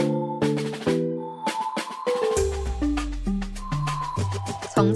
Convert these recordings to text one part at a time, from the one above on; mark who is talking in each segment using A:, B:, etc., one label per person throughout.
A: 哦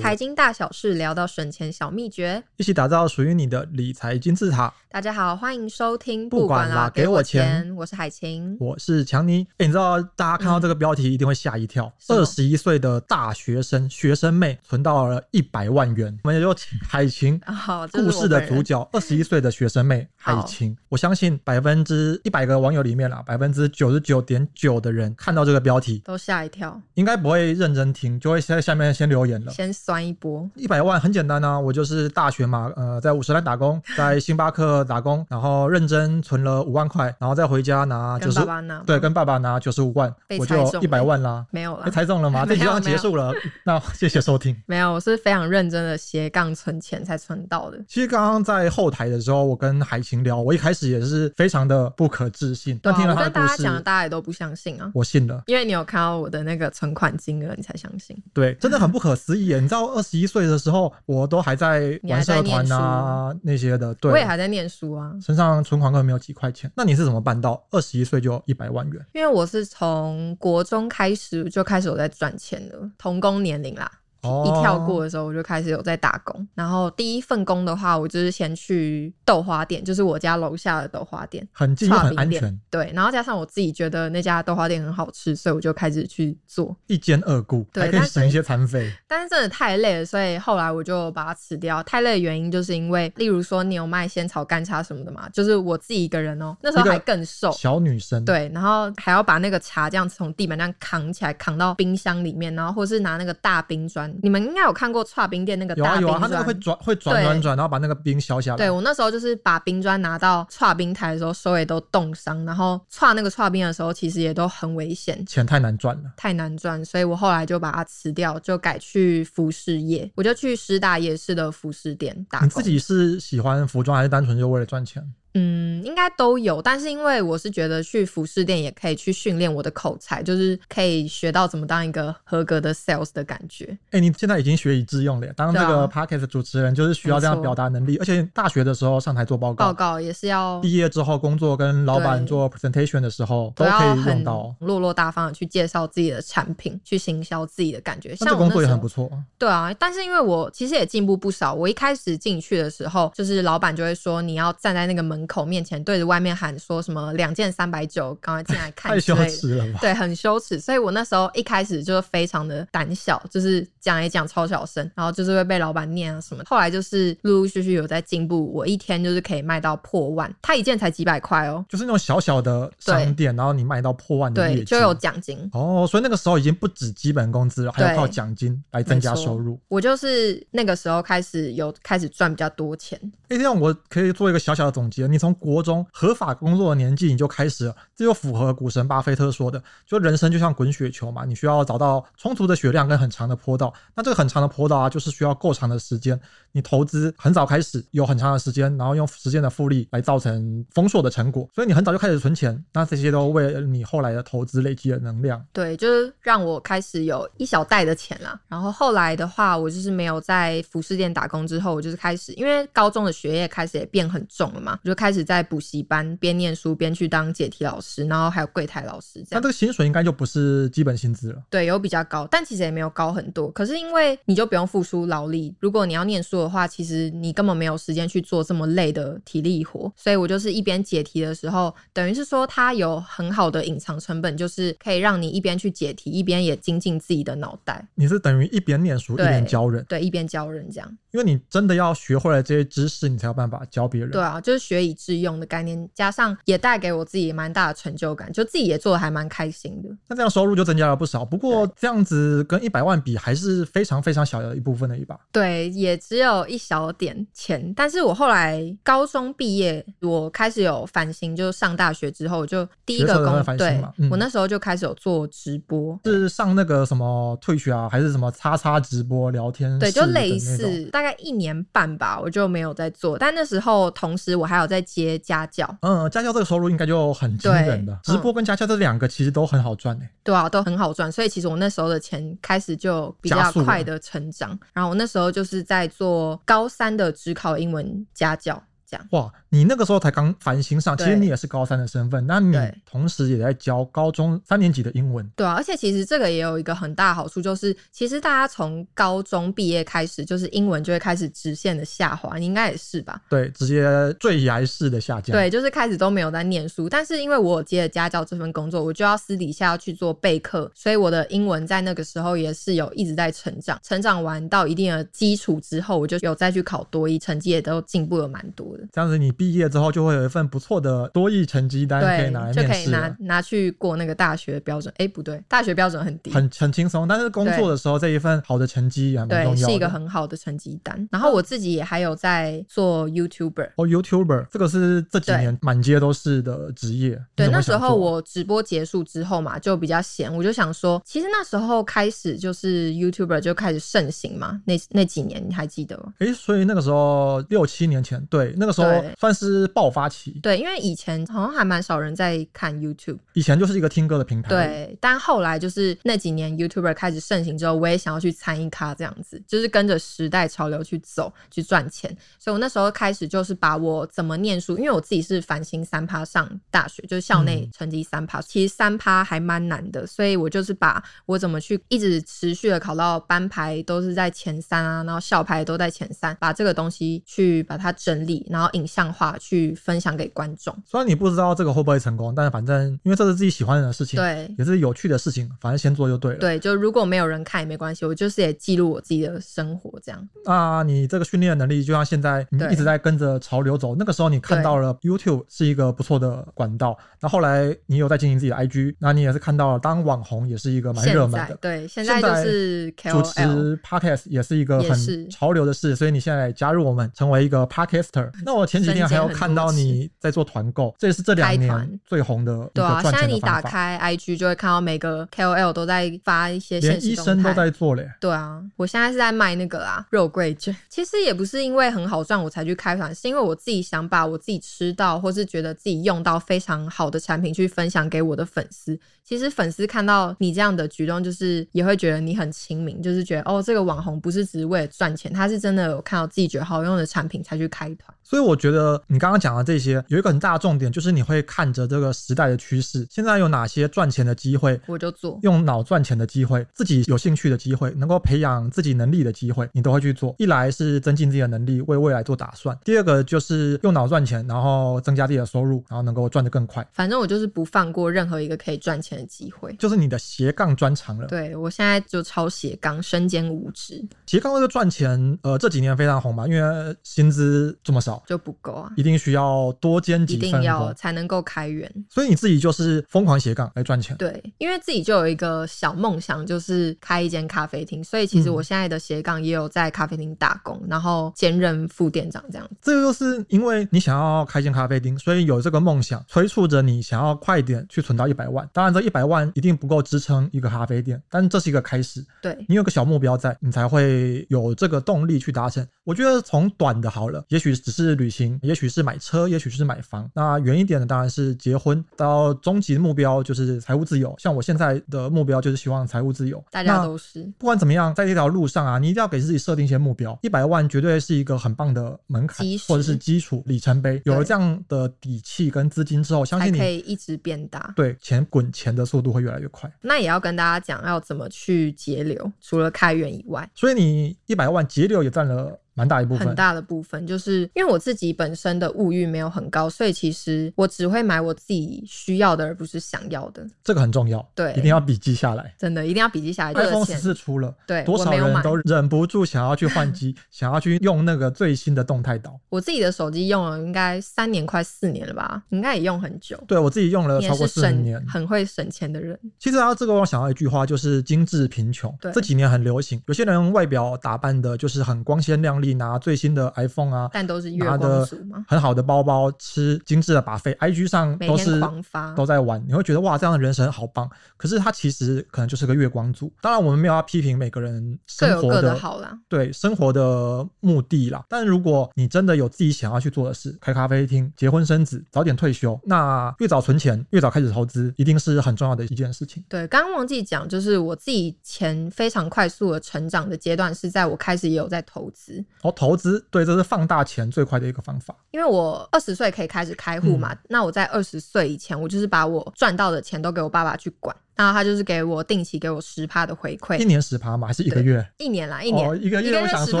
B: 财经大小事，聊到省钱小秘诀。
A: 一起打造属于你的理财金字塔。
B: 大家好，欢迎收听，
A: 不管啦给我钱，
B: 我是海晴。
A: 我是强尼。哎、你知道大家看到这个标题一定会吓一跳，
B: 什么
A: 二十一岁的大学生学生妹存到了一百万元，我们也就请海晴。
B: 哦，这是
A: 故
B: 我
A: 事的
B: 本
A: 主
B: 人，
A: 角，二十一岁的学生妹海
B: 好
A: 晴，我相信百分之一百个网友里面啦，啊百分之九十九点九的人看到这个标题，
B: 都吓一跳，
A: 应该不会认真听，就会在下面先留言了。
B: 先酸一波。
A: 一百万很简单啊，我就是大学嘛，呃，在五十岚打工，在星巴克打工，然后认真存了五万块，然后再回家拿九
B: 跟
A: 十
B: 爸，爸拿吗
A: 啊对，跟爸爸拿九十五万
B: 被，
A: 我
B: 猜
A: 就
B: 中
A: 一百
B: 了
A: 万啦。
B: 没有啦
A: 哎，，猜中了 吗？
B: 没
A: 这
B: 有
A: 集就要
B: 没
A: 结
B: 有
A: 束了，那 谢谢收听。
B: 没有，我是非常认真的斜杠存钱才存到的。
A: 其实刚刚在后台的时候，我跟海晴聊，我一开始也是非常的不可置信，但
B: 对
A: 听
B: 啊
A: 了
B: 我
A: 她的
B: 跟大
A: 故
B: 家讲，
A: 事，
B: 大家也都不相信啊，
A: 我信了。
B: 因为你有看到我的那个存款金额，你才相信。
A: 对，真的很不可思议耶！你知道，二十一岁的时候，我都还在
B: 你
A: 玩
B: 还在
A: 社
B: 念
A: 团啊那些的，对，
B: 我也还在念书啊，
A: 身上存款根本没有几块钱，那你是怎么办到二十一岁就一百万元？
B: 因为我是从国中开始就开始有在赚钱的，童工年龄啦。
A: 哦
B: 一跳过的时候，我就开始有在打工。然后第一份工的话，我就是先去豆花店，就是我家楼下的豆花店，
A: 很近又
B: 串
A: 很
B: 饼
A: 安
B: 店
A: 全，
B: 对。然后加上我自己觉得那家豆花店很好吃，所以我就开始去做。
A: 一兼二顾，
B: 对
A: 还可以
B: 但是
A: 省一些餐费。
B: 但是真的太累了，所以后来我就把它辞掉。太累的原因就是因为，例如说你有卖仙草干茶什么的嘛，就是我自己一个人哦、那时候
A: 一个
B: 还更瘦，
A: 小女生，，
B: 对，然后还要把那个茶这样从地板这样扛起来，扛到冰箱里面，然后或是拿那个大冰砖。你们应该有看过串冰店那个
A: 有啊
B: 大冰
A: 有啊，
B: 砖，
A: 她那个会转会转
B: 对
A: 转转，然后把那个冰削下来。
B: 对我那时候就是把冰砖拿到串冰台的时候，手也都冻伤，然后串那个串冰的时候，其实也都很危险。
A: 钱太难赚了。
B: 太难赚，所以我后来就把它辞掉，就改去服饰业，我就去师大夜市的服饰店打工。
A: 你自己是喜欢服装，还是单纯就为了赚钱？
B: 嗯，应该都有，但是因为我是觉得去服饰店也可以去训练我的口才，就是可以学到怎么当一个合格的 sales 的感觉。
A: 哎、你现在已经学以致用了耶，当这
B: 对
A: 个
B: 啊
A: podcast 主持人就是需要这
B: 没
A: 样
B: 错
A: 表达能力，而且大学的时候上台做报告，
B: 报告也是要
A: 毕业之后工作跟老板
B: 对
A: 做 presentation 的时候都
B: 都
A: 可
B: 要
A: 以
B: 很
A: 用到。哦
B: 落落大方的去介绍自己的产品，去行销自己的感觉。
A: 那这
B: 像我
A: 工作
B: 那
A: 也
B: 时
A: 很
B: 候
A: 不，错，
B: 对啊，但是因为我其实也进步不少。我一开始进去的时候，就是老板就会说你要站在那个门口面前，对着外面喊说什么两件三百九，赶快进来看
A: 太
B: 之
A: 羞
B: 类的。
A: 耻了吧？
B: 对，很羞耻，所以我那时候一开始就非常的胆小，就是讲也讲超小声，然后就是会被老板念啊什么。后来就是陆陆续续有在进步，我一天就是可以卖到破万，他一件才几百块哦，
A: 就是那种小小的商店，然后你卖到破万的业
B: 对，
A: 绩，
B: 就有奖金。
A: 哦，所以那个时候已经不止基本工资了，还要
B: 对
A: 靠奖金来增加
B: 没错
A: 收入。
B: 我就是那个时候开始有开始赚比较多钱，
A: 哎，这样我可以做一个小小的总结：你从国中合法工作的年纪你就开始了，这就符合股神巴菲特说的，就人生就像滚雪球嘛，你需要找到充足的雪量跟很长的坡道。那这个很长的坡道啊，就是需要够长的时间。你投资很早开始，有很长的时间，然后用时间的复利来造成丰硕的成果。所以你很早就开始存钱，那这些都为你后来的投资累积了能量。
B: 对，就是让我开始有一小袋的钱啦。然后后来的话，我就是没有在服饰店打工之后，我就是开始，因为高中的学业开始也变很重了嘛，我就开始在补习班边念书边去当解题老师，然后还有柜台老师这
A: 那
B: 样
A: 这。个薪水应该就不是基本薪资了。
B: 对，有比较高，但其实也没有高很多。可是因为你就不用付出劳力，如果你要念书的话，其实你根本没有时间去做这么累的体力活。所以我就是一边解题的时候，等于是说它有很好的隐藏成本，就是可以让你一边去解题，一边也精进自己的脑袋。
A: 你是等于一边念书一
B: 对
A: 边教人，
B: 对，一边教人这样，
A: 因为你真的要学会了这些知识，你才有办法教别人。
B: 对啊，就是学以致用的概念，加上也带给我自己蛮大的成就感，就自己也做的还蛮开心的。
A: 那这样收入就增加了不少。不过这样子跟一百万比，还是非常非常小的一部分的一把。
B: 对，也只有一小点钱，但是我后来高中毕业，我开始有翻新，就是上大学之后，我就第一
A: 学
B: 个
A: 测的
B: 工
A: 会翻新
B: 对
A: 嘛、嗯
B: 我那时候就开始有做直播，
A: 是上那个什么退学啊，还是什么叉叉直播聊天室
B: 对，就
A: 的那
B: 类
A: 种
B: 似大概一年半吧，我就没有在做，但那时候同时我还有在接家教，
A: 嗯，家教这个收入应该就很惊人
B: 对
A: 的。
B: 嗯
A: 直播跟家教这两个其实都很好赚诶、欸
B: 对啊，都很好赚，所以其实我那时候的钱开始就比
A: 加
B: 较
A: 速了
B: 快的成长。然后我那时候就是在做高三的职考英文家教。这样。
A: 哇，你那个时候才刚繁星上，其实
B: 对
A: 你也是高三的身份，那你
B: 对
A: 同时也在教高中三年级的英文。
B: 对啊，而且其实这个也有一个很大的好处，就是其实大家从高中毕业开始，就是英文就会开始直线的下滑，你应该也是吧？
A: 对，直接坠崖式的下降。
B: 对，就是开始都没有在念书，但是因为我有接了家教这份工作，我就要私底下要去做备课，所以我的英文在那个时候也是有一直在成长。成长完到一定的基础之后，我就有再去考多一，成绩也都进步了蛮多的。
A: 这样子你毕业之后就会有一份不错的多益成绩单可以拿来
B: 对，就
A: 面
B: 可以
A: 试啊
B: 拿
A: 了。
B: 拿去过那个大学标准，哎，不对，大学标准很低，
A: 很很轻松，但是工作的时候这一份好的成绩也蛮重要
B: 对，
A: 的。
B: 是一个很好的成绩单。然后我自己也还有在做 YouTuber，
A: 哦，YouTuber 这个是这几
B: 对
A: 年满街都是的职业。
B: 对，
A: 你怎
B: 那
A: 么
B: 时
A: 想
B: 候
A: 做啊
B: 我直播结束之后嘛，就比较闲，我就想说，其实那时候开始就是 YouTuber 就开始盛行嘛，那那几年你还记得吗？
A: 诶，所以那个时候六七年前，对，那个时候
B: 对
A: 算是爆发期。
B: 对，因为以前好像还蛮少人在看 YouTube，
A: 以前就是一个听歌的平台，，
B: 对，但后来就是那几年 YouTuber 开始盛行之后，我也想要去参一咖这样子，就是跟着时代潮流去走，去赚钱。所以我那时候开始就是把我怎么念书，因为我自己是繁星三趴上大学，就是校内
A: 嗯
B: 成绩三趴，其实三趴还蛮难的，所以我就是把我怎么去一直持续的考到班排都是在前三啊，然后校排都在前三，把这个东西去把它整理，然后影像化去分享给观众。
A: 虽然你不知道这个会不会成功，但是反正因为这是自己喜欢的事情，
B: 对，
A: 也是有趣的事情，反正先做就对了。
B: 对，就如果没有人看也没关系，我就是也记录我自己的生活这样。
A: 那你这个训练能力，就像现在你
B: 对
A: 一直在跟着潮流走，那个时候你看到了 YouTube 是一个不错的管道，那后来你有在经营自己的 IG，那你也是看到了当网红也是一个蛮热
B: 现
A: 门
B: 在
A: 的。
B: 对，现在
A: 现
B: 就
A: 在
B: 是
A: 主
B: KOL。
A: 持 podcast 也是一个
B: 也是
A: 很潮流的事，所以你现在加入我们，成为一个 podcaster。那我前几天还有看到你在做团购，这也是这两
B: 开
A: 年
B: 团
A: 最红的一
B: 对啊
A: 个，
B: 现
A: 赚
B: 在
A: 钱的
B: 你打
A: 方法，
B: 开 IG 就会看到每个 KOL 都在发一些现
A: 连
B: 实
A: 医
B: 动
A: 生都
B: 态。
A: 在做嘞。
B: 对啊，我现在是在卖那个啦，肉桂卷。其实也不是因为很好赚我才去开团，是因为我自己想把我自己吃到或是觉得自己用到非常好的产品去分享给我的粉丝。其实粉丝看到你这样的举动，就是也会觉得你很亲民，就是觉得哦，这个网红不是只是为了赚钱，他是真的有看到自己觉得好用的产品才去开团。
A: 所以我觉得你刚刚讲的这些有一个很大的重点，就是你会看着这个时代的趋势，现在有哪些赚钱的机会，
B: 我就做，
A: 用脑赚钱的机会，自己有兴趣的机会，能够培养自己能力的机会，你都会去做。一来是增进自己的能力，为未来做打算；第二个就是用脑赚钱，然后增加自己的收入，然后能够赚得更快，
B: 反正我就是不放过任何一个可以赚钱的机会。
A: 就是你的斜杠专长了。
B: 对我现在就超斜杠，身兼五职
A: 斜杠这个赚钱，呃，这几年非常红嘛，因为薪资这么少，
B: 就不够啊，
A: 一定需要多兼
B: 一
A: 几
B: 定
A: 份
B: 要
A: 工，
B: 才能够开源。
A: 所以你自己就是疯狂斜杠来赚钱。
B: 对，因为自己就有一个小梦想，就是开一间咖啡厅，所以其实
A: 嗯
B: 我现在的斜杠也有在咖啡厅打工，然后兼任副店长这样子。
A: 这个就是因为你想要开间咖啡厅，所以有这个梦想，催促着你想要快点去存到一百万。当然，这一百万一定不够支撑一个咖啡店，但这是一个开始。
B: 对，
A: 你有个小目标在，你才会有这个动力去达成。我觉得从短的好了，也许只是旅行，也许是买车，也许是买房。那远一点的当然是结婚，到终极目标就是财务自由。像我现在的目标就是希望财务自由。
B: 大家
A: 那
B: 都是。
A: 不管怎么样，在这条路上啊，你一定要给自己设定一些目标。一百万绝对是一个很棒的门槛
B: 基，石
A: 或者是基础里程碑。有了这样的底气跟资金之后，相
B: 才
A: 信
B: 可
A: 你
B: 以一直变大，
A: 对钱滚钱的速度会越来越快。
B: 那也要跟大家讲要怎么去节流，除了开源以外，
A: 所以你一百万节流也占了蛮大一部
B: 很
A: 分。
B: 大的部分就是因为我自己本身的物欲没有很高，所以其实我只会买我自己需要的，而不是想要的。
A: 这个很重要，
B: 对
A: 一定要笔记下来。
B: 真的一定要笔记下来，热
A: iPhone 十
B: 线
A: 四出了，
B: 对，
A: 多
B: 我
A: 少
B: 没有买
A: 人都忍不住想要去换 机，想要去用那个最新的动态岛。
B: 我自己的手机用了应该三年快四年了吧，应该也用很久。
A: 对我自己用了
B: 你也
A: 呃超过
B: 是
A: 四
B: 省
A: 年，
B: 很会省钱的人，
A: 其实啊，这个我想到一句话，就是精致贫穷
B: 对。
A: 这几年很流行，有些人外表打扮的就是很光鲜亮丽，拿最新的 iPhone 啊，
B: 但都是月
A: 拿
B: 光
A: 的
B: 族嘛，
A: 很好的包包，吃精致的 buffet，IG 上
B: 每
A: 都
B: 天
A: 是
B: 狂发。
A: 都在玩，你会觉得哇，这样的人生好棒。可是他其实可能就是个月光族。当然，我们没有要批评每个人
B: 各
A: 生
B: 有
A: 活
B: 各的
A: 的
B: 好啦，
A: 对生活的目的啦。但如果你真的有自己想要去做的事，开咖啡厅、结婚生子、早点退休，那越早存钱、越早开始投资，一定是很重要的一件事情。
B: 对，刚刚忘记讲，就是我自己钱非常快速的成长的阶段，是在我开始也有在投资，
A: 哦，投资对，这是放大钱最快的一个方法。
B: 因为我二十岁可以开始开户嘛，
A: 嗯
B: 那我在二十岁以前，我就是把我赚到的钱都给我爸爸去管，然后他就是给我定期给我十趴的回馈
A: 一，年十趴嘛，还是一个
B: 对
A: 月？
B: 一年啦，一年。
A: 哦、一个
B: 一
A: 月，
B: 个
A: 我
B: 月
A: 想
B: 十
A: 说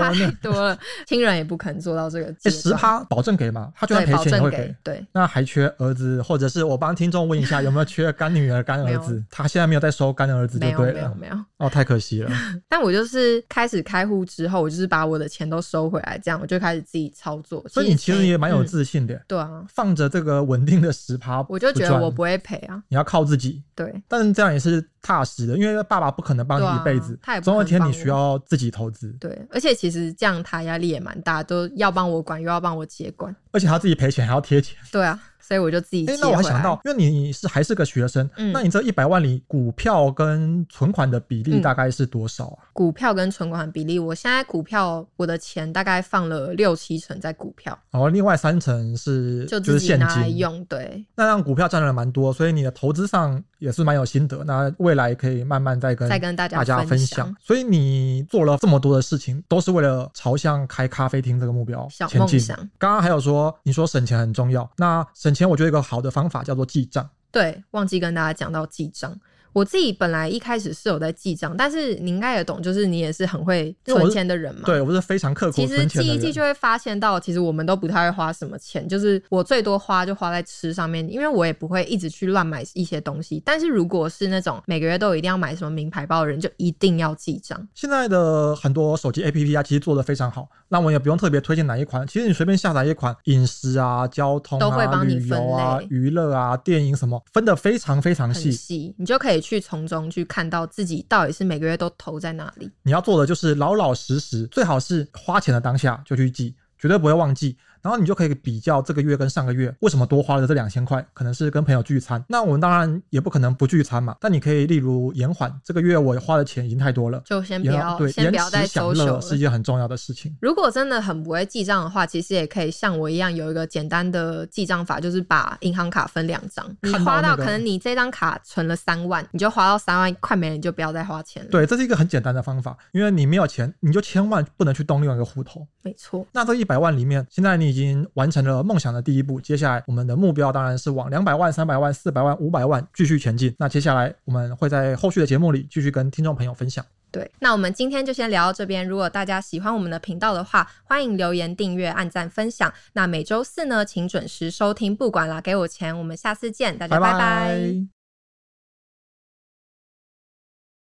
B: 趴
A: 那
B: 太多了，亲人也不肯做到这个阶
A: 哎
B: 段。
A: 十趴保证给吗？他就算
B: 对
A: 赔
B: 保
A: 钱也会
B: 证
A: 给
B: 给。对，
A: 那还缺儿子，或者是我帮听众问一下，有没有缺干女儿、干
B: 没
A: 儿
B: 有
A: 子？他现在没有在收干儿子就
B: 没有
A: 对
B: 没有
A: 了。
B: 没有。
A: 哦，太 可惜了。
B: 但我就是开始开户之后，我就是把我的钱都收回来，这样我就开始自己操作。
A: 所以你其实也蛮有
B: 嗯
A: 自信的，
B: 对啊，
A: 放着这个稳定的十趴，
B: 我就觉得
A: 赚
B: 我不会赔啊，
A: 你要靠自己，
B: 对
A: 但这样也是踏实的，因为爸爸不可能帮
B: 对啊
A: 你一辈子，
B: 他也不
A: 总有一
B: 可能
A: 天
B: 帮
A: 你
B: 我
A: 需要自己投资，
B: 对，而且其实这样他压力也蛮大，都要帮我管，又要帮我接管，
A: 而且他自己赔钱还要贴钱。
B: 对啊，所以我就自己
A: 哎、
B: 接
A: 那我还
B: 回来
A: 想到，因为你是还是个学生，
B: 嗯
A: 那你这一百万里股票跟存款的比例
B: 嗯
A: 大概是多少啊？
B: 股票跟存款比例，我现在股票我的钱大概放了六七成在股票，
A: 然后另外三成是
B: 就
A: 就是
B: 自己
A: 现
B: 拿来
A: 金，
B: 用，对，
A: 那让股票占了蛮多，所以你的投资上也是蛮有心得。那未来可以慢慢再跟
B: 再跟大家
A: 大家分
B: 享。
A: 享。所以你做了这么多的事情，都是为了朝向开咖啡厅这个目标
B: 小
A: 前进
B: 梦想。
A: 刚刚还有说，你说省钱很重要，那省钱我觉得有一个好的方法叫做记账。
B: 对，忘记跟大家讲到记账。我自己本来一开始是有在记账，但是你应该也懂，就是你也是很会
A: 因为我
B: 存
A: 是
B: 钱的人嘛。
A: 对我是非常刻苦
B: 嗯其实
A: 存钱
B: 记
A: 的
B: 一记
A: 人
B: 就。会发现到，其实我们都不太会花什么钱，就是我最多花就花在吃上面，因为我也不会一直去乱买一些东西。但是如果是那种每个月都一定要买什么名牌包的人，就一定要记账。
A: 现在的很多手机 APP 啊，其实做的非常好，那我也不用特别推荐哪一款，其实你随便下载一款，饮食啊、交通
B: 都会
A: 啊、
B: 帮你
A: 旅游啊
B: 分类、
A: 娱乐啊、电影什么，分的非常非常
B: 很
A: 细。
B: 细，你就可以去从中去看到自己到底是每个月都投在哪里。
A: 你要做的就是老老实实，最好是花钱的当下就去记，绝对不会忘记。然后你就可以比较这个月跟上个月为什么多花了这两千块，可能是跟朋友聚餐。那我们当然也不可能不聚餐嘛，但你可以例如延缓这个月我花的钱已经太多了，
B: 就先不
A: 延
B: 要，
A: 对
B: 先
A: 延
B: 不要
A: 迟
B: 再收手
A: 享乐
B: 了。
A: 是一件很重要的事情。
B: 如果真的很不会记账的话，其实也可以像我一样有一个简单的记账法，就是把银行卡分两张，你
A: 看到
B: 花
A: 那
B: 到
A: 个
B: 可能你这张卡存了三万，你就花到三万，快没了你就不要再花钱了。，
A: 对，这是一个很简单的方法，因为你没有钱，你就千万不能去动另外一个户头。
B: 没错，
A: 那这一百万里面，现在你已经完成了梦想的第一步，接下来我们的目标当然是往两百万、三百万、四百万、五百万继续前进。那接下来我们会在后续的节目里继续跟听众朋友分享。
B: 对。那我们今天就先聊到这边。如果大家喜欢我们的频道的话，欢迎留言、订阅、按赞、分享。那每周四呢，请准时收听。不管啦，给我钱，我们下次见，大家拜
A: 拜